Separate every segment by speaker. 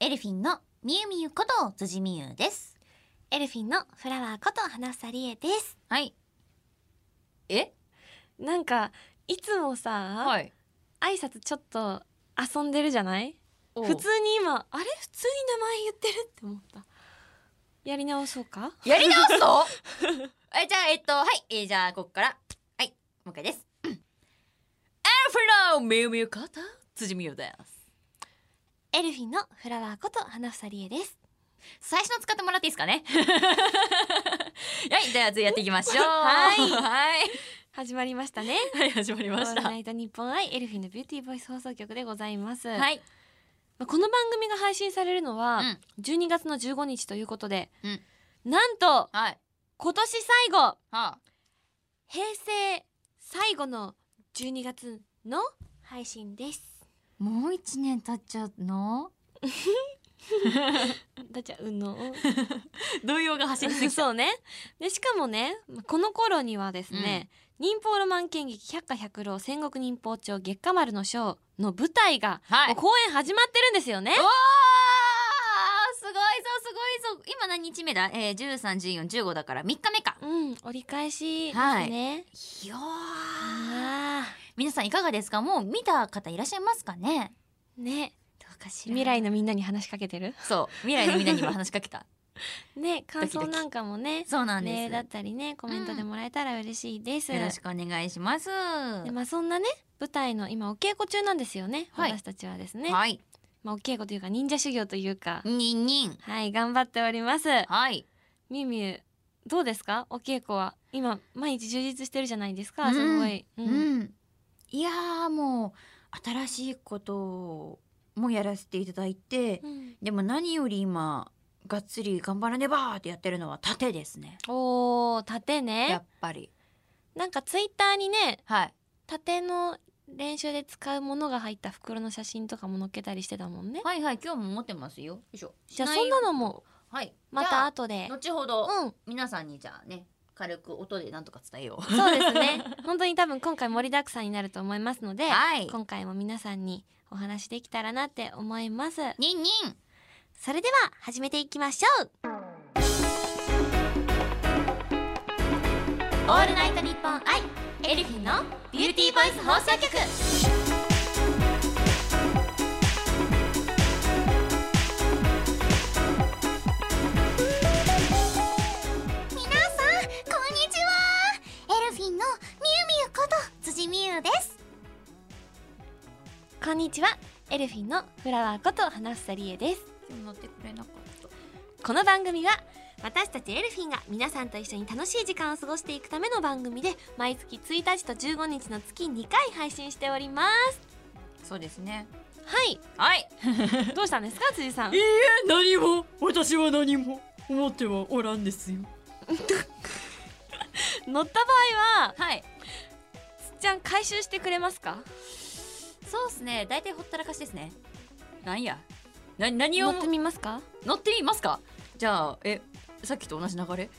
Speaker 1: エルフィンのみゆみゆこと辻みゆです
Speaker 2: エルフィンのフラワーこと花房理恵です。
Speaker 1: はいえ
Speaker 2: なんかいつもさ、
Speaker 1: い
Speaker 2: 挨拶ちょっと遊んでるじゃない？普
Speaker 1: 普通
Speaker 2: 通に今あれ普通に名前言ってるって思った。やり直そうか？
Speaker 1: やり 直すぞえじゃあえっとはい、えーじゃあこっからはいもう一回ですエルフィンのみゆみゆこと辻みゆです
Speaker 2: エルフィンのフラワーこと花房理恵です。
Speaker 1: 最初の使ってもらっていいですかね はいでは次やっていきましょう
Speaker 2: はい
Speaker 1: はい
Speaker 2: 始まりましたね。
Speaker 1: はい始まり
Speaker 2: オ
Speaker 1: ま
Speaker 2: ー
Speaker 1: し
Speaker 2: ル
Speaker 1: た
Speaker 2: ナイトニッポンアイエルフィンのビューティーボイス放送局でございます。
Speaker 1: はい
Speaker 2: まあこの番組が配信されるのは、
Speaker 1: うん
Speaker 2: 12月の15日ということで、
Speaker 1: うん
Speaker 2: なんと
Speaker 1: はい
Speaker 2: 今年最後
Speaker 1: はあ
Speaker 2: 平成最後の12月の配信です。
Speaker 1: もう一年経っちゃうの
Speaker 2: だちゃうの
Speaker 1: 動揺が走りすぎた
Speaker 2: そうねでしかもねまあこの頃にはですね、忍法ロマン剣劇百花百郎戦国忍法帳月下丸の章の舞台が、
Speaker 1: は
Speaker 2: もう公演始まってるんですよね
Speaker 1: おーすごいぞすごいぞ今何日目だえー、131415だから3日目か
Speaker 2: うん折り返しですね、
Speaker 1: いやー
Speaker 2: あ
Speaker 1: 皆さんいかがですかもう見た方いらっしゃいますかね
Speaker 2: ーね
Speaker 1: どうかし
Speaker 2: 未来のみんなに話しかけてる
Speaker 1: そう未来のみんなにも話しかけ た
Speaker 2: ね感
Speaker 1: ド
Speaker 2: 想
Speaker 1: キドキ
Speaker 2: なんかもね
Speaker 1: そうなん
Speaker 2: メ
Speaker 1: で
Speaker 2: ール
Speaker 1: す
Speaker 2: だったりねコメントでもらえたら嬉しいです、
Speaker 1: よろしくお願いします
Speaker 2: でまあそんなね舞台の今お稽古中なんですよね、
Speaker 1: はい
Speaker 2: 私たちはですね、
Speaker 1: はい
Speaker 2: まあお稽古というか忍者修行というか、
Speaker 1: にんにん
Speaker 2: はい頑張っております
Speaker 1: はい
Speaker 2: みゆみゆどうですかお稽古は今毎日充実してるじゃないですか、
Speaker 1: うん
Speaker 2: すごい、う
Speaker 1: うんん、いやーもう新しいこともやらせていただいて、
Speaker 2: うん
Speaker 1: でも何より今がっつり頑張らねばーってやってるのは盾ですね
Speaker 2: おー盾
Speaker 1: や
Speaker 2: ね
Speaker 1: っぱり
Speaker 2: なんかツイッターにね
Speaker 1: はい
Speaker 2: 盾の練習で使うものが入った袋の写真とかも載っけたりしてたもんね
Speaker 1: はいはい今日も持ってますよよいしょ
Speaker 2: じゃあ
Speaker 1: しい
Speaker 2: そんなのも
Speaker 1: はい
Speaker 2: ま
Speaker 1: じゃ
Speaker 2: た
Speaker 1: あ
Speaker 2: 後で
Speaker 1: 後ほど
Speaker 2: うん
Speaker 1: 皆さんにじゃあね軽く音でなんとか伝えよう
Speaker 2: そうです ね本当に多分今回盛りだくさんになると思いますので、
Speaker 1: はい
Speaker 2: 今回も皆さんにお話できたらなって思います
Speaker 1: にんにん
Speaker 2: それでは始めていきましょう
Speaker 1: オールナイトニッポンアイエルフィンのビューティーボイス放送局
Speaker 3: 皆さんこんにちはエルフィンのみゆみゆこと辻みゆです
Speaker 2: こんにちはエルフィンのフラワーこと花房理恵です
Speaker 1: 今日乗ってくれなかった
Speaker 2: この番組は私たちエルフィンが皆さんと一緒に楽しい時間を過ごしていくための番組で毎月1日と15日の月2回配信しております
Speaker 1: そうですね
Speaker 2: はい
Speaker 1: はい
Speaker 2: どうしたんですか辻さん
Speaker 4: いいえ何も私は何も思ってはおらんですよ
Speaker 2: 乗った場合は
Speaker 1: はい
Speaker 2: つっちゃん回収してくれますか
Speaker 1: そうっすね大体ほったらかしですねなんやな何
Speaker 2: 乗
Speaker 1: を
Speaker 2: ってみますか
Speaker 1: 乗ってみますかじゃあえさっきと同じ流れ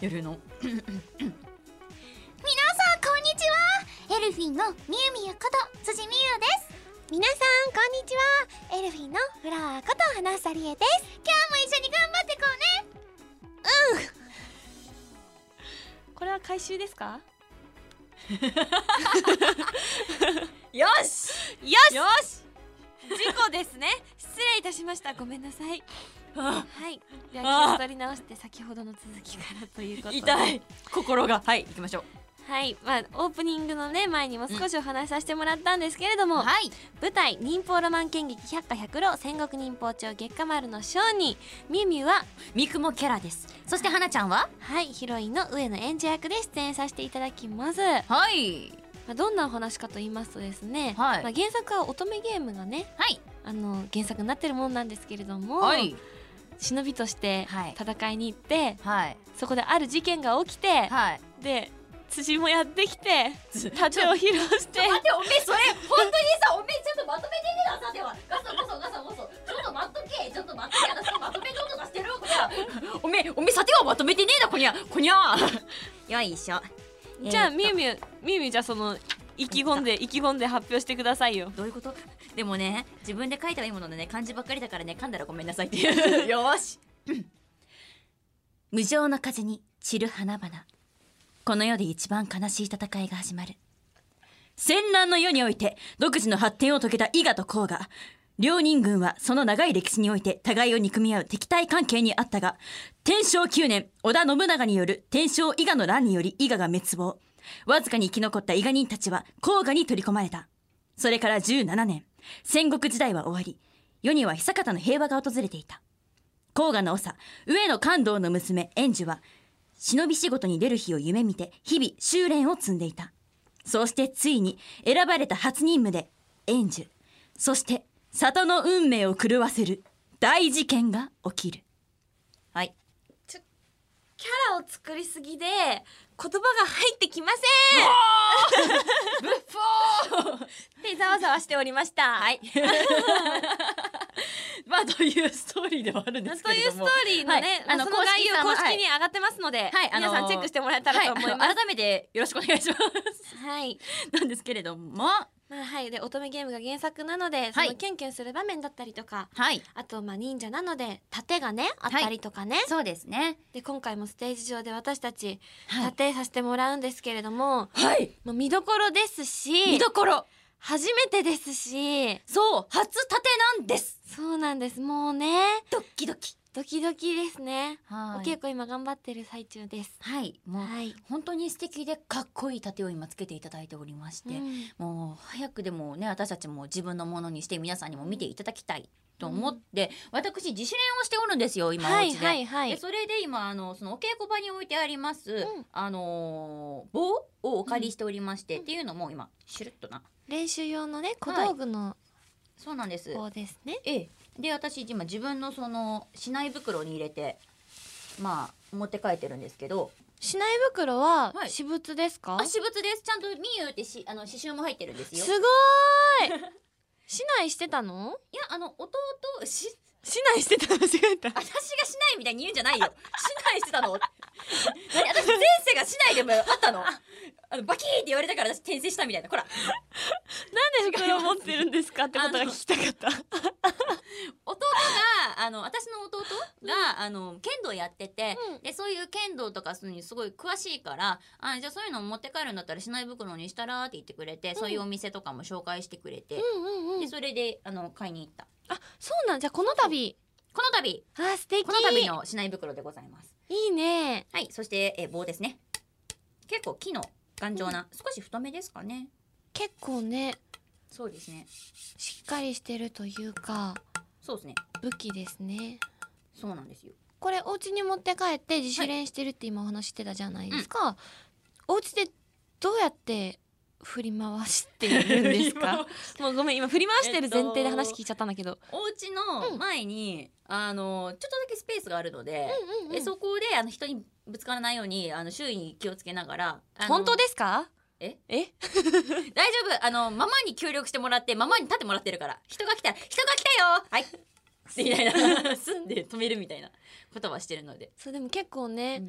Speaker 1: やるの
Speaker 3: 皆さんこんにちはエルフィンのみゆみゆこと辻みゆです皆さんこんにちはエルフィンのフラワーこと花さりえです今日も一緒に頑張ってこうね
Speaker 2: これは回収ですか
Speaker 1: よし
Speaker 2: よし
Speaker 1: よし
Speaker 2: 事故ですね失礼いたしましたごめんなさい
Speaker 1: あ
Speaker 2: はいで
Speaker 1: あ
Speaker 2: は
Speaker 1: ー
Speaker 2: 気を取り直して先ほどの続きからということで
Speaker 1: 痛い心がはい行きましょ
Speaker 2: はいまあオープニングのね前にも少しお話しさせてもらったんですけれど
Speaker 1: う
Speaker 2: も、
Speaker 1: はい
Speaker 2: 舞台忍法ロマン剣劇百花百郎戦国忍法帳月下丸の商人ミュウミュウは
Speaker 1: みくもキャラですそして花ちゃんは
Speaker 2: はいヒロインの上野演じ役で出演させていただきます、
Speaker 1: はい
Speaker 2: まあ、どんなお話かと言いますとですね、
Speaker 1: はい
Speaker 2: まあ、原作は乙女ゲームがね
Speaker 1: はい
Speaker 2: あの原作になってるもんなんですけれども、
Speaker 1: はい
Speaker 2: 忍びとして
Speaker 1: はい
Speaker 2: 戦いに行って
Speaker 1: はい
Speaker 2: そこである事件が起きて
Speaker 1: はい
Speaker 2: で辻もやってきて
Speaker 1: つ
Speaker 2: 盾を披露 して
Speaker 1: ておめえそれ本当にさおめえちょっとまとめてねなさではガサガサガサガサちょっと待っとけちょっと待っとけ私まとめとうとかしてるこにゃおめえおめえさてはまとめてねえなこにゃこにゃよいしょ
Speaker 2: じゃあ
Speaker 1: えーっと
Speaker 2: みゆみゆみゆみゆじゃあその意気込んで意気込んで発表してくださいよ
Speaker 1: どういうことでもね自分で書いたはいいもののね漢字ばっかりだからね噛んだらごめんなさいっていう よーしうん無情の風に散る花々この世で一番悲しい戦いが始まる戦乱の世において独自の発展を遂げた伊賀と甲賀両人軍はその長い歴史において互いを憎み合う敵対関係にあったが天正9年織田信長による天正伊賀の乱により伊賀が滅亡わずかに生き残った伊賀人たちは甲賀に取り込まれたそれから17年戦国時代は終わり世には久方の平和が訪れていた甲賀の長上野官道の娘円珠は忍び仕事に出る日を夢見て日々修練を積んでいたそうしてついに選ばれた初任務で援助そして里の運命を狂わせる大事件が起きるはい
Speaker 2: キャラを作りすぎで言葉が入ってきま せんでざわざわしておりましたはい
Speaker 4: まあというストーリーではあるんですけ
Speaker 2: と
Speaker 4: れ
Speaker 2: いう
Speaker 4: ど
Speaker 2: スト
Speaker 4: も
Speaker 2: ーリーの
Speaker 1: は
Speaker 2: ね
Speaker 1: い、
Speaker 2: あ
Speaker 1: あ
Speaker 2: の
Speaker 1: の
Speaker 2: その概要
Speaker 1: 公式
Speaker 2: 公
Speaker 1: さんの
Speaker 2: 式に上がってますので、
Speaker 1: はいあの
Speaker 2: 皆さんチェックしてもらえたらと思います。
Speaker 1: はいあの改めてよろしくお願いします
Speaker 2: はい、
Speaker 1: なんですけれども
Speaker 2: まあはい、で乙女ゲームが原作なの
Speaker 1: は
Speaker 2: で、
Speaker 1: い
Speaker 2: そのキュンキュンする場面だったりとか、
Speaker 1: はい
Speaker 2: あとまあ忍者なので盾がねあったりとかね、
Speaker 1: そうですね
Speaker 2: で今回もステージ上で私たち
Speaker 1: はい、
Speaker 2: 盾させてもらうんですけれども、
Speaker 1: はい、
Speaker 2: もう見どころですし
Speaker 1: 見、どころ
Speaker 2: 初めてですし、
Speaker 1: そう初盾なんです
Speaker 2: そうなんです。もうね、
Speaker 1: ドッキドキ
Speaker 2: ドキドキですね。お
Speaker 1: は
Speaker 2: 稽古今頑張ってる最中です。
Speaker 1: はいもう
Speaker 2: はい。
Speaker 1: 本当に素敵でかっこいい盾を今つけていただいておりまして、
Speaker 2: うん
Speaker 1: もう早くでもね私たちも自分のものにして皆さんにも見ていただきたいと思って、私自主練をしておるんですよ今お
Speaker 2: は
Speaker 1: 家
Speaker 2: い
Speaker 1: で。
Speaker 2: はいはい。
Speaker 1: でそれで今あのそのお稽古場に置いてあります、
Speaker 2: ん
Speaker 1: あのー棒をお借りしておりまして、っていうのも今シュルッとな
Speaker 2: 練習用のね小
Speaker 1: はい
Speaker 2: 道具の
Speaker 1: そうなんです。
Speaker 2: 方ですね、
Speaker 1: ええ、で私今自分のそのしない袋に入れてまあ持って帰ってるんですけど
Speaker 2: しない袋
Speaker 1: は
Speaker 2: は
Speaker 1: い
Speaker 2: 私物ですか、
Speaker 1: あ私物ですちゃんとミユってしあの刺繍も入ってるんですよ。
Speaker 2: すごーい しないしてたの
Speaker 1: いやあの弟し
Speaker 2: しないしてた間違えた
Speaker 1: 私がしないみたいに言うんじゃないよ。しないしてた の。何私前世がしないでもあったの。あのバキーンって言われたから私転生したみたいな。ほら、
Speaker 2: なんで袋持ってるんですかってことが聞きたかった
Speaker 1: 弟があの私の弟が、あの剣道やってて、
Speaker 2: うん
Speaker 1: でそういう剣道とかそういうのにすごい詳しいから、あじゃあそういうの持って帰るんだったらしない袋にしたらって言ってくれて、そういうお店とかも紹介してくれて、
Speaker 2: うんうんう
Speaker 1: で
Speaker 2: ん
Speaker 1: それであの買いに行った。
Speaker 2: あそうなんじゃあこの度
Speaker 1: この度
Speaker 2: あ素敵
Speaker 1: この度のしない袋でございます。
Speaker 2: いいね
Speaker 1: はい、そしてえー棒ですね。結構木の頑丈な、少し太めですかね。
Speaker 2: 結構ね
Speaker 1: そうですね。
Speaker 2: しっかりしてるというか
Speaker 1: そうですね。
Speaker 2: 武器ですね
Speaker 1: そうなん ですよ。
Speaker 2: これお家に持って帰って自主練してるって今お話ししてたじゃないですか、お家でどうやって振り回しているん ですかもうごめん今振り回してる前提で話聞いちゃったんだけど、
Speaker 1: お家の前に、あのちょっとだけスペースがあるので、えそこであの人にぶつからないようにあの周囲に気をつけながら、あの
Speaker 2: 本当ですか
Speaker 1: え
Speaker 2: え
Speaker 1: 大丈夫あのママに協力してもらってママに立ってもらってるから人が来た人が来たよはいみたいな 住んで止めるみたいなことはしてるので、
Speaker 2: そうでも結構ね、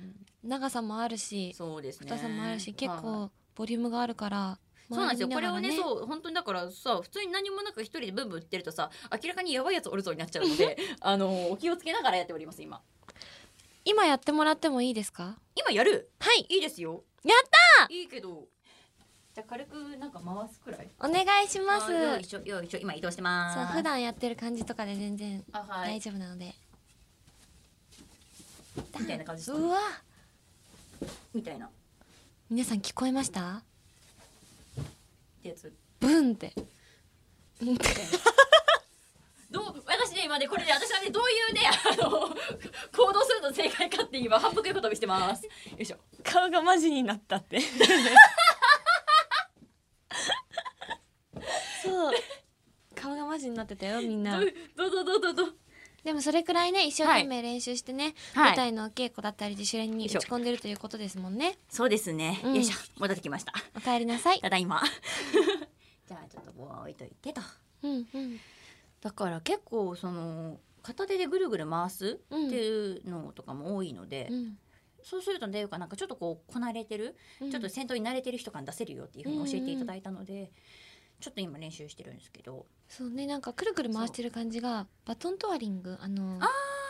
Speaker 2: 長さもあるし
Speaker 1: そうですね
Speaker 2: 太さもあるし結
Speaker 1: はい
Speaker 2: 構ボリュームがあるから、
Speaker 1: そうなんですよ、こ
Speaker 2: 回り
Speaker 1: れ
Speaker 2: なが
Speaker 1: を
Speaker 2: ら
Speaker 1: ねそう本当にだからさ普通に何もなく一人でブンブン売ってるとさ明らかにやばいやつおるぞになっちゃうの であのお気をつけながらやっております今
Speaker 2: 今やってもらってもいいですか
Speaker 1: 今やる
Speaker 2: はい
Speaker 1: いいですよ
Speaker 2: や
Speaker 1: ったいいけどじゃあ軽くなんか回すくらい
Speaker 2: お願いします
Speaker 1: あよいしょよいしょ今移動してます
Speaker 2: そう普段やってる感じとかで全然
Speaker 1: あは
Speaker 2: 大
Speaker 1: い
Speaker 2: 丈夫なので、
Speaker 1: みたいな感じです
Speaker 2: うわ
Speaker 1: みたいなっ
Speaker 2: 皆さん聞こえました
Speaker 1: てやつ
Speaker 2: ブンって
Speaker 1: どう私ね今ねこれね私はねどういうね あの行動するの正解かって今反復横跳びしてますよいしょ
Speaker 2: 顔がマジになったって そう顔がマジになってたよみんな
Speaker 1: どうどうどうどうどう
Speaker 2: でもそれくらいね一生懸命練習してね、
Speaker 1: はい
Speaker 2: 舞台のお稽古だったり自主練に打ち込んでるということですもんね
Speaker 1: そうですね、
Speaker 2: うん
Speaker 1: よいしょ戻ってきました
Speaker 2: お帰りなさい
Speaker 1: ただいま じゃあちょっと棒は置いといてと
Speaker 2: うんうん
Speaker 1: だから結構その片手でぐるぐる回す
Speaker 2: うん
Speaker 1: っていうのとかも多いので、
Speaker 2: うん
Speaker 1: そうするとねいうかなんかちょっとこうこなれてる、
Speaker 2: うん
Speaker 1: ちょっと戦闘に慣れてる人感出せるよっていうふうに教えていただいたので、ちょっと今練習してるんですけど
Speaker 2: そうねなんかくるくる回してる感じがバトントワリングあの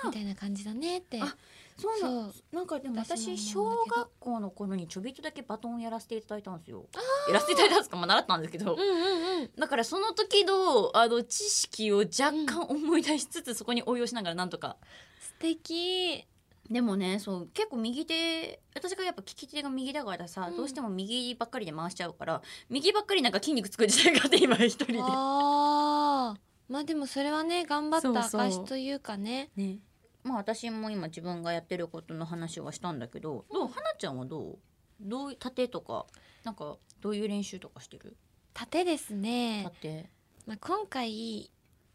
Speaker 2: みたいな感じだねって
Speaker 1: あそうなん
Speaker 2: そ
Speaker 1: なんかでも
Speaker 2: 私も
Speaker 1: 私
Speaker 2: 思うんだ
Speaker 1: 小
Speaker 2: けど
Speaker 1: 学校の頃にちょびっとだけバトンをやらせていただいたんですよやらせていただいたんですかまあ習ったんですけど、
Speaker 2: うんうんうん
Speaker 1: だからその時のあの知識を若干思い出しつつ、そこに応用しながらなんとか
Speaker 2: 素敵
Speaker 1: でもねそう結構右手私がやっぱ利き手が右だからさ、
Speaker 2: うん
Speaker 1: どうしても右ばっかりで回しちゃうから右ばっかりなんか筋肉つく時代があって今一人で。
Speaker 2: ああまあでもそれはね頑張った
Speaker 1: そうそう
Speaker 2: 証というかね
Speaker 1: ねまあ私も今自分がやってることの話はしたんだけど、どうはなちゃんはどうどういう縦とかなんかどういう練習とかしてる
Speaker 2: 盾ですね、
Speaker 1: 縦
Speaker 2: まあ、今回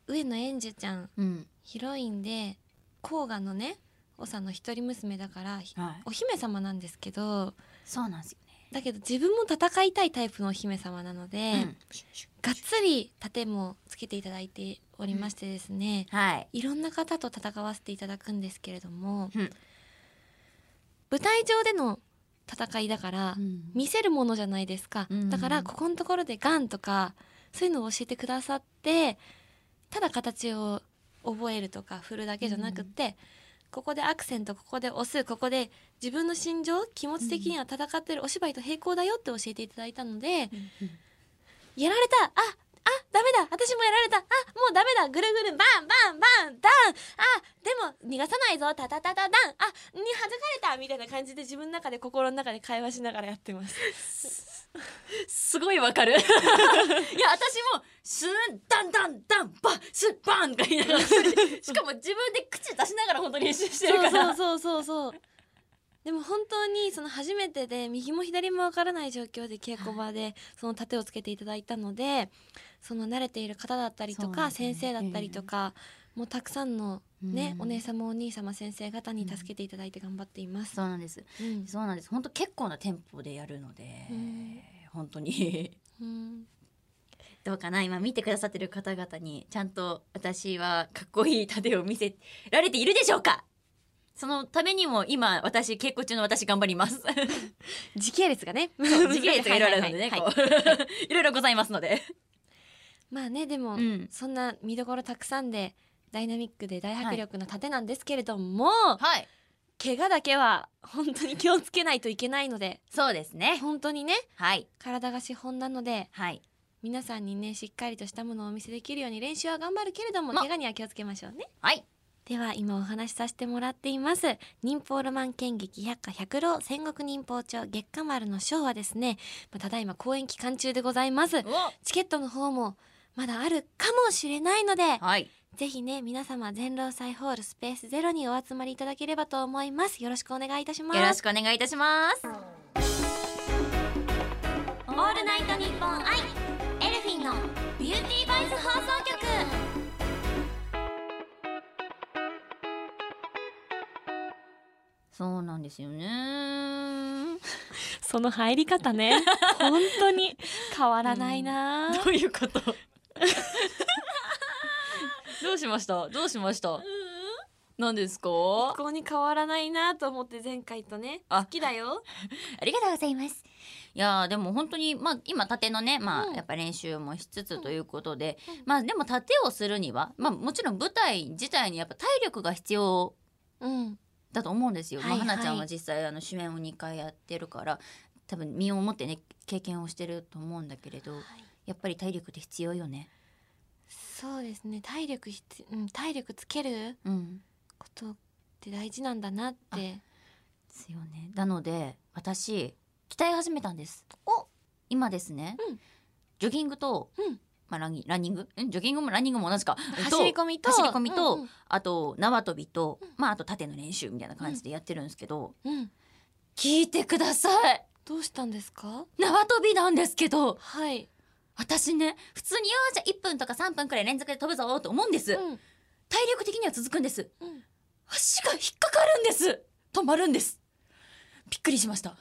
Speaker 2: 上野円珠ちゃん
Speaker 1: うん
Speaker 2: ヒロインで甲賀のね長の一人娘だからひ
Speaker 1: はい
Speaker 2: お姫様なんですけど
Speaker 1: そうなんですよ
Speaker 2: だけど自分も戦いたいタイプのお姫様なので、
Speaker 1: ね、うん、
Speaker 2: がっつり盾もつけていただいておりましてですね、
Speaker 1: はい
Speaker 2: いろんな方と戦わせていただくんですけれども、
Speaker 1: うん
Speaker 2: 舞台上での戦いだから、見せるものじゃないですか、
Speaker 1: うん
Speaker 2: だからここのところでガンとかそういうのを教えてくださってただ形を覚えるとか振るだけじゃなくって、ここでアクセントここで押すここで自分の心情気持ち的には戦ってるお芝居と並行だよって教えていただいたので、やられたああダメだ私もやられたあもうダメだぐるぐるバンバンバンダンあでも逃がさないぞタタタタダンあに弾かれたみたいな感じで自分の中で心の中で会話しながらやってます
Speaker 1: すごいわかるいや私もスーンダンダンダンバスッバンが言いながらしかも自分で口出しながら本当に練習してるから
Speaker 2: そうそうそうそうそうでも本当にその初めてで右も左もわからない状況で稽古場でその盾をつけていただいたのでその慣れている方だったりとか、
Speaker 1: そうなん
Speaker 2: 先
Speaker 1: ですね
Speaker 2: 生だったりとか、もうたくさんのね、
Speaker 1: うん
Speaker 2: お姉様お兄様先生方に助けていただいて頑張っています。
Speaker 1: そうなんです
Speaker 2: うん
Speaker 1: そうなんです本当結構なテンポでやるので、
Speaker 2: うん
Speaker 1: 本当に
Speaker 2: うん
Speaker 1: どうかな今見てくださってる方々にちゃんと私はかっこいい盾を見せられているでしょうかそのためにも今私稽古中の私頑張り ます。
Speaker 2: 時系列がね
Speaker 1: 時系列がいろいろあるのでね、
Speaker 2: はい
Speaker 1: こ
Speaker 2: はいう
Speaker 1: いろいろございますので。
Speaker 2: まあねでも、
Speaker 1: うん
Speaker 2: そんな見どころたくさんでダイナミックで大迫力の盾なんですけれども、
Speaker 1: はい。
Speaker 2: 怪我だけは本当に気をつけないといけないので
Speaker 1: そうですね。
Speaker 2: 本当にね
Speaker 1: はい。
Speaker 2: 体が資本なので
Speaker 1: はい。
Speaker 2: 皆さんにねしっかりとしたものをお見せできるように練習は頑張るけれども
Speaker 1: ま
Speaker 2: 怪我には気をつけましょうね
Speaker 1: はい。
Speaker 2: では今お話しさせてもらっています忍法ロマン剣劇百科百郎戦国忍法帳月下丸の章はですねまあただいま公演期間中でございますチケットの方もまだあるかもしれないので
Speaker 1: はい。
Speaker 2: ぜひね皆様全労祭ホールスペースゼロにお集まりいただければと思いますよろしくお願いいたします
Speaker 1: よろしくお願いいたします。
Speaker 3: オールナイトニッポンアイエルフィンのビューティーバイス放送局
Speaker 1: そうなんですよね。
Speaker 2: その入り方ね本当に変わらないな、
Speaker 1: どういうことどうしましたどうしました何ですか
Speaker 2: ここに変わらないなと思って前回とね
Speaker 1: あ
Speaker 2: 好きだよ
Speaker 1: ありがとうございますいやーでも本当にまあ今縦のねま
Speaker 2: うん
Speaker 1: あやっぱ練習もしつつということで、
Speaker 2: うんうん
Speaker 1: まあでも縦をするにはまあもちろん舞台自体にやっぱ体力が必要
Speaker 2: うん
Speaker 1: だと思うんですよ、
Speaker 2: はい
Speaker 1: まあ、
Speaker 2: はい
Speaker 1: 花ちゃんは実際あの主演を2回やってるから多分身をもってね経験をしてると思うんだけれどやっぱり体力って必要よね
Speaker 2: そうですね体力ひつ、うん、体力つける
Speaker 1: うん
Speaker 2: ことって大事なんだなって
Speaker 1: ですよねなので私鍛え始めたんです今ですね、
Speaker 2: うん
Speaker 1: ジョギングと、
Speaker 2: うん
Speaker 1: まあ、ランギランニングんジョギングもランニングも同じか
Speaker 2: 走り込みと
Speaker 1: 走り込みと
Speaker 2: うんうん
Speaker 1: あと縄跳びと、まああと縦の練習みたいな感じでやってるんですけど、
Speaker 2: うん
Speaker 1: 聞いてください
Speaker 2: どうしたんですか
Speaker 1: 縄跳びなんですけど
Speaker 2: はい、
Speaker 1: 私ね普通によーじゃあ1分とか3分くらい連続で飛ぶぞと思うんです、
Speaker 2: うん
Speaker 1: 体力的には続くんです
Speaker 2: うん、
Speaker 1: 足が引っかかるんです止まるんですびっくりしました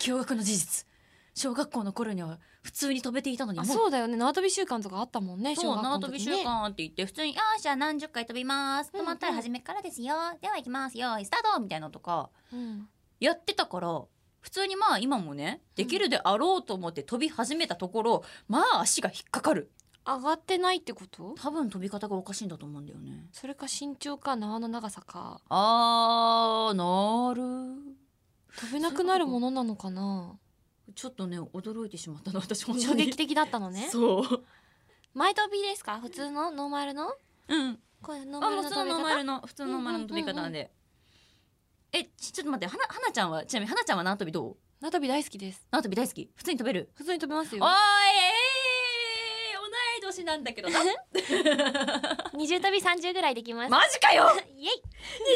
Speaker 1: 驚愕の事実小学校の頃には普通に飛べていたのに
Speaker 2: あ
Speaker 1: もう
Speaker 2: そうだよね縄跳び習慣とかあったもんね
Speaker 1: そう
Speaker 2: 小学校
Speaker 1: 縄
Speaker 2: の
Speaker 1: 跳び
Speaker 2: 時
Speaker 1: 習
Speaker 2: ね
Speaker 1: 慣って言って普通に「よーしじゃあ何十回飛びます」
Speaker 2: うんう
Speaker 1: 止
Speaker 2: ん
Speaker 1: まったら初めからですよ、では行きますよーいスタートみたいなのとか
Speaker 2: うん
Speaker 1: やってたから普普通にまあ今もねできるであろうと思って飛び始めたところまあ足が引っかかる
Speaker 2: 上がってないってこと
Speaker 1: 多分飛び方がおかしいんだと思うんだよね
Speaker 2: それか身長か縄の長さか
Speaker 1: あーなる
Speaker 2: 飛べなくなるものなのかな
Speaker 1: ちょっとね驚いてしまったな私本当に
Speaker 2: 衝撃的だったのね
Speaker 1: そう
Speaker 2: 前飛びですか普通のノーマルの
Speaker 1: うん
Speaker 2: これノ
Speaker 1: あ
Speaker 2: ーマル
Speaker 1: もう
Speaker 2: の
Speaker 1: 普通
Speaker 2: 飛
Speaker 1: のノー
Speaker 2: び
Speaker 1: マ
Speaker 2: 方
Speaker 1: ルの普通のノーマルの飛び方なんで、えちちょっと待ってはなはなちゃんはちなみにはなちゃんは縄跳びどう
Speaker 2: 縄跳び大好きです
Speaker 1: 縄跳び大好き普通に飛べる
Speaker 2: 普通に飛べます
Speaker 1: お
Speaker 2: よ
Speaker 1: ーいえー同い年なんだけどな
Speaker 3: 二重飛び三重ぐらいでき ます。
Speaker 1: マジかよ
Speaker 3: イエイ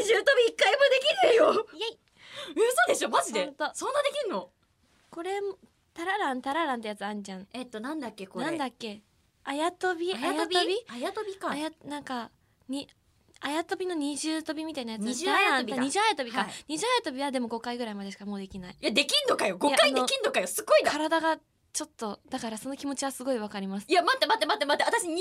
Speaker 1: 二重跳び一回もできねえよ
Speaker 3: イエイ
Speaker 1: 嘘でしょマジで
Speaker 2: ほんと
Speaker 1: そんなできんの
Speaker 2: これタラランタラランってやつあんじゃん
Speaker 1: えっとなんだっけこれ
Speaker 2: なんだ
Speaker 1: っ
Speaker 2: っけあやとび
Speaker 1: け
Speaker 2: あ
Speaker 1: あや
Speaker 2: や
Speaker 1: とび
Speaker 2: とび
Speaker 1: あやとびか
Speaker 2: あやなんかにあやとびの二重跳びみたいなやつ
Speaker 1: 二重あやとびだ
Speaker 2: 二重あやとび
Speaker 1: は
Speaker 2: か、
Speaker 1: い
Speaker 2: 二重あやとびはでも5回ぐらいまでしかもうできない
Speaker 1: いやできんのかよ五
Speaker 2: いや
Speaker 1: 回
Speaker 2: あ
Speaker 1: で
Speaker 2: の
Speaker 1: きんのかよすごいな
Speaker 2: 体がちょっとだからその気持ちはすごいわかります
Speaker 1: いや待って待って待って待って私二重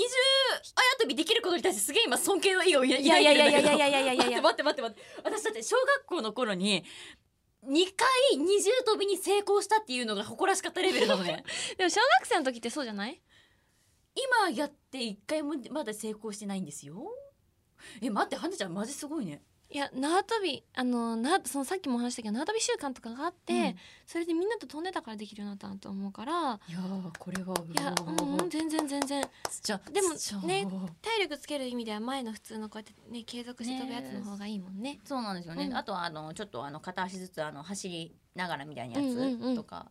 Speaker 1: あやとびできることに対してすげえ今尊敬の意を抱いて
Speaker 2: い
Speaker 1: るんだ
Speaker 2: や
Speaker 1: け
Speaker 2: い
Speaker 1: ど
Speaker 2: やいやいやいやいやいやいやいや
Speaker 1: 待って待って待って待って私だって小学校の頃に二回二重跳びに成功したっていうのが誇らしかったレベルなの ね
Speaker 2: でも小学生の時ってそうじゃない
Speaker 1: 今やって一回もまだ成功してないんですよえ待ってはねちゃんマジすごいね
Speaker 2: いや縄跳びあのなそのさっきもお話ししたけど縄跳び習慣とかがあって、
Speaker 1: うん
Speaker 2: それでみんなと飛んでたからできるようになったなと思うから
Speaker 1: いやーこれはい
Speaker 2: や
Speaker 1: うわ
Speaker 2: うんうん全然全然
Speaker 1: じゃ
Speaker 2: でも
Speaker 1: じゃあ
Speaker 2: ね体力つける意味では前の普通のこうやってね継続して飛ぶやつの方がいいもんね
Speaker 1: そうなんですよね、
Speaker 2: うん
Speaker 1: あとはあのちょっとあの片足ずつあの走りながらみたいなや
Speaker 2: うんうんう
Speaker 1: つ
Speaker 2: ん
Speaker 1: とか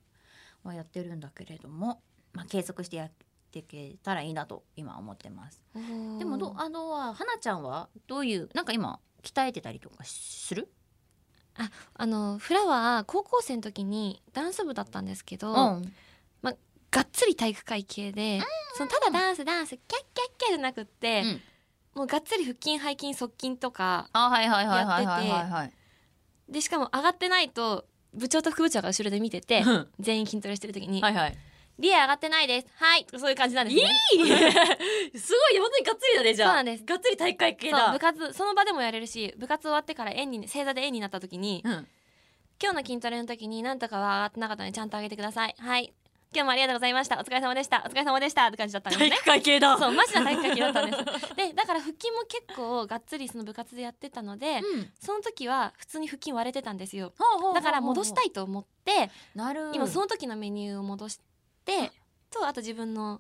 Speaker 1: はやってるんだけれども、まあ、継続してやっていけたらいいなと今思ってますでもどう
Speaker 2: おー
Speaker 1: あのはなちゃんはどういうなんか今鍛えてたりとかする
Speaker 2: あのフラワー高校生の時にダンス部だったんですけど、
Speaker 1: ん
Speaker 2: がっつり体育会系で、そのただダンスダンスキャッキャッキャじゃなくって、
Speaker 1: うん
Speaker 2: もうがっつり腹筋背筋側筋とか
Speaker 1: あはいはいはいはいはい
Speaker 2: や
Speaker 1: は
Speaker 2: っ
Speaker 1: いはい
Speaker 2: でしかも上がってないと部長と副部長が後ろで見てて
Speaker 1: うん
Speaker 2: 全員筋トレしてる時に
Speaker 1: はいはい
Speaker 2: 「リエ上がってないですはい」そういう感じな んですね。
Speaker 1: すごい本当にがっつりだねじゃあ
Speaker 2: そうなんです
Speaker 1: がっつり大会系
Speaker 2: そう
Speaker 1: だ
Speaker 2: 部活その場でもやれるし部活終わってから円に正座で円になった時に
Speaker 1: うん
Speaker 2: 今日の筋トレの時になんとかは上がってなかったのでちゃんと上げてくださいはい今日もありがとうございましたお疲れ様でしたお疲れ様でしたって感じだったんです
Speaker 4: 体
Speaker 2: ね
Speaker 4: 育会系だ
Speaker 2: そうマジな体育会系だったんですでだから腹筋も結構がっつりその部活でやってたので、
Speaker 1: うん
Speaker 2: その時は普通に腹筋割れてたんですよ
Speaker 1: ほうほうほうほう
Speaker 2: だから戻したいと思って
Speaker 1: なる
Speaker 2: 今その時のメニューを戻してとあと自分の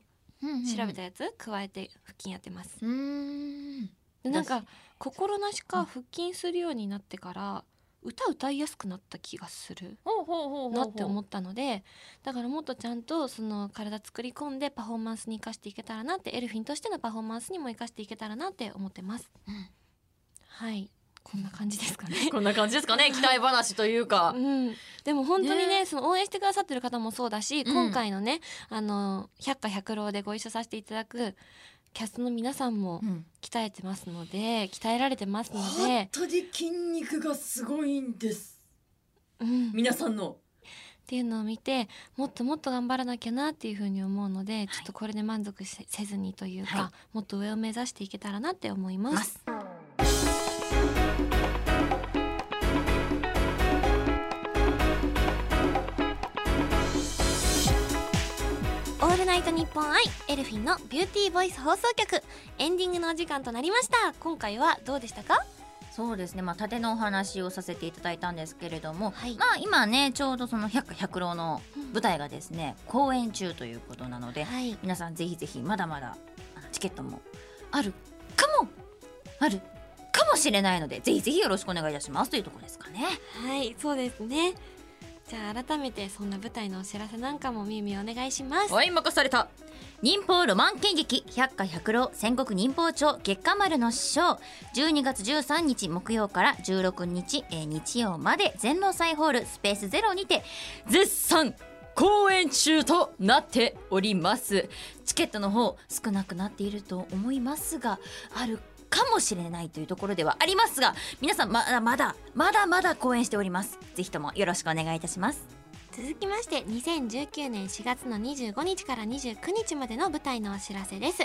Speaker 2: 調べたやつ加えて腹筋やってます
Speaker 1: うーん
Speaker 2: でなんか心なしか腹筋するようになってから歌歌いやすくなった気がする
Speaker 1: ほうほうほうほうほう
Speaker 2: なって思ったのでだからもっとちゃんとその体作り込んでパフォーマンスに生かしていけたらなってエルフィンとしてのパフォーマンスにも生かしていけたらなって思ってます、はいこんな感じですかね
Speaker 1: こんな感じですかね期待話というか
Speaker 2: うん、でも本当にね
Speaker 1: ね
Speaker 2: その応援してくださってる方もそうだし、
Speaker 1: うん
Speaker 2: 今回のねあの百花百郎でご一緒させていただくキャストの皆さんも
Speaker 1: うん
Speaker 2: 鍛えてますので鍛えられてますの
Speaker 4: 本
Speaker 2: で、
Speaker 4: 当に筋肉がすごいんです
Speaker 2: うん、
Speaker 4: 皆さんの
Speaker 2: っていうのを見てもっともっと頑張らなきゃなっていうふうに思うので、ちょっとこれで満足せせずにというか、
Speaker 1: は
Speaker 2: もっと上を目指していけたらなって思います。
Speaker 3: オールナイトニッポンアイエルフィンのビューティーボイス放送局エンディングのお時間となりました今回はどうでしたか
Speaker 1: そうですねまあ縦のお話をさせていただいたんですけれども、
Speaker 3: はい
Speaker 1: まあ今ねちょうどその百百郎の舞台がですね、公演中ということなので、
Speaker 3: はい
Speaker 1: 皆さんぜひぜひまだまだあのチケットもあるかもあるかもしれないのでぜひぜひよろしくお願いいたしますというところですかね
Speaker 2: はい、そうですね。じゃあ改めてそんな舞台のお知らせなんかもみゆみゆお願いします。
Speaker 1: はい任された忍法ロマン剣劇百花百郎戦国忍法帳月刊丸の師匠12月13日木曜から16日、えー日曜まで全農祭ホールスペースゼロにて絶賛公演中となっておりますチケットの方少なくなっていると思いますがあるかもしれないというところではありますが皆さんまだまだまだまだ公演しておりますぜひともよろしくお願いいたします
Speaker 2: 続きまして2019年4月の25日から29日までの舞台のお知らせです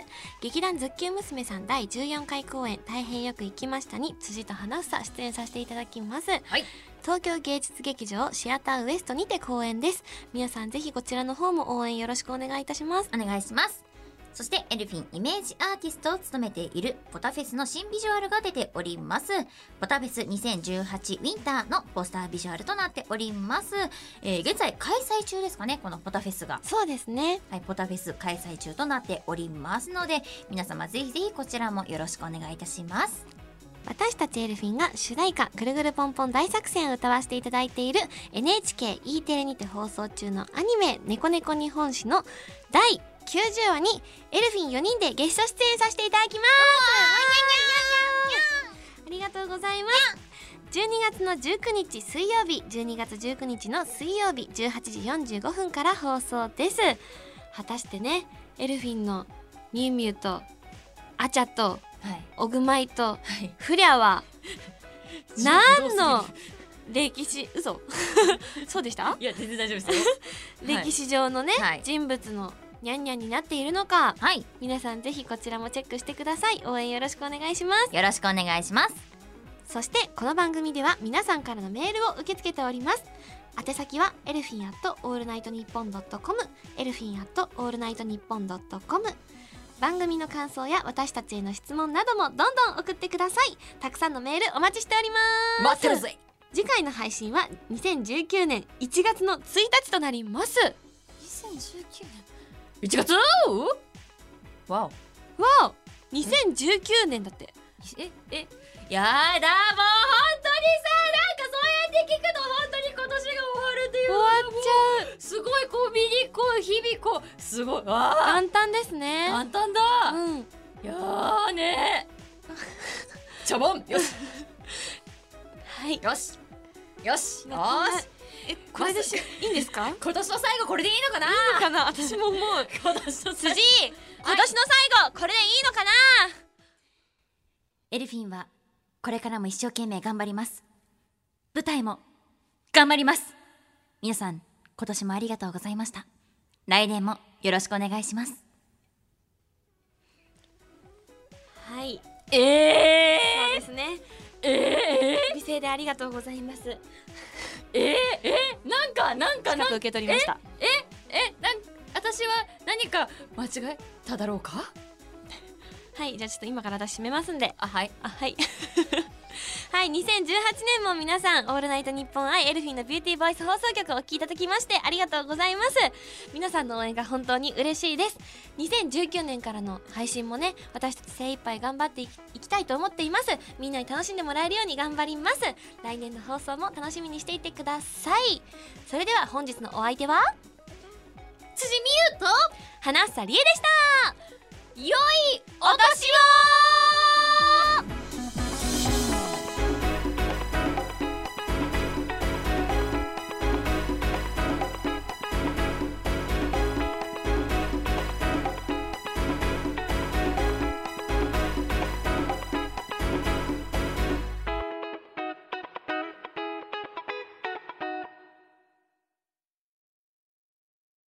Speaker 2: 劇団ズッキュン娘さん第14回公演大変よく行きましたに辻と花房出演させていただきます、
Speaker 1: はい
Speaker 2: 東京芸術劇場シアターウエストにて公演です皆さんぜひこちらの方も応援よろしくお願いいたします
Speaker 1: お願いしますそしてエルフィンイメージアーティストを務めているポタフェスの新ビジュアルが出ておりますポタフェス2018ウィンターのポスタービジュアルとなっております、えー現在開催中ですかねこのポタフェスが
Speaker 2: そうですね
Speaker 1: はい、ポタフェス開催中となっておりますので皆様ぜひぜひこちらもよろしくお願いいたします
Speaker 2: 私たちエルフィンが主題歌「ぐるぐるポンポン大作戦」を歌わせていただいている NHKE テレにて放送中のアニメ「ねこねこ日本史」の第90話にエルフィン4人でゲスト出演させていただきますありがとうございます12月の19日水曜日12月19日の水曜日18時45分から放送です果たしてねエルフィンのミュウミュウとアチャと
Speaker 1: はい
Speaker 2: オグマイと
Speaker 1: はい
Speaker 2: フリ ャは
Speaker 4: 何
Speaker 2: 何の歴史嘘 そうでした
Speaker 4: いや全然大丈夫ですよ
Speaker 1: はい
Speaker 2: 歴史上のね、
Speaker 1: はい
Speaker 2: 人物のニャンニャンになっているのか
Speaker 1: はい
Speaker 2: 皆さんぜひこちらもチェックしてください応援よろしくお願いします
Speaker 1: よろしくお願いします
Speaker 2: そしてこの番組では皆さんからのメールを受け付けております宛先はエルフィンアットオールナイトニッポンドットコムエルフィンアットオールナイトニッポンドットコム番組の感想や私たちへの質問などもどんどん送ってくださいたくさんのメールお待ちしております
Speaker 1: 待ってるぜ
Speaker 2: 次回の配信は2019年1月の1日となります
Speaker 3: 2019年
Speaker 1: 1月わお
Speaker 2: わお2019年だって
Speaker 1: ええやだもう本当にさなんかそうやって聞くと本当に今年が終わるっていう
Speaker 2: 終わっちゃう
Speaker 1: すごいこう見にこう日々こうすごいあ
Speaker 2: 簡単ですね
Speaker 1: ー簡単だ
Speaker 2: うん
Speaker 1: いやーねー茶 番よし
Speaker 2: はい
Speaker 1: よしよしよ
Speaker 2: やっ
Speaker 1: し
Speaker 2: えこれでしいいんですか
Speaker 1: 今年の最後これでいいのかな
Speaker 2: かな私も思う
Speaker 1: 今年の
Speaker 2: 辻今
Speaker 1: 最後
Speaker 2: 年の最後これでいいのかな
Speaker 1: エルフィンはこれからも一生懸命頑張ります舞台も頑張ります皆さん今年もありがとうございました来年もよろしくお願いします
Speaker 2: はい
Speaker 1: ええ
Speaker 2: そうですね
Speaker 1: ええ
Speaker 2: 美声でありがとうございます
Speaker 1: ええなんかなんか
Speaker 2: 深く受け取りました
Speaker 1: えなん私は何か間違えただろうか
Speaker 2: はいじゃあちょっと今から私閉めますんで
Speaker 1: あはい
Speaker 2: あはい はい2018年も皆さん「オールナイトニッポン愛エルフィンのビューティーボイス放送局」をお聴きいただきましてありがとうございます皆さんの応援が本当に嬉しいです2019年からの配信もね私たち精一杯頑張っていきいきたいと思っていますみんなに楽しんでもらえるように頑張ります来年の放送も楽しみにしていてくださいそれでは本日のお相手は辻美優と花房理恵でした良いお年を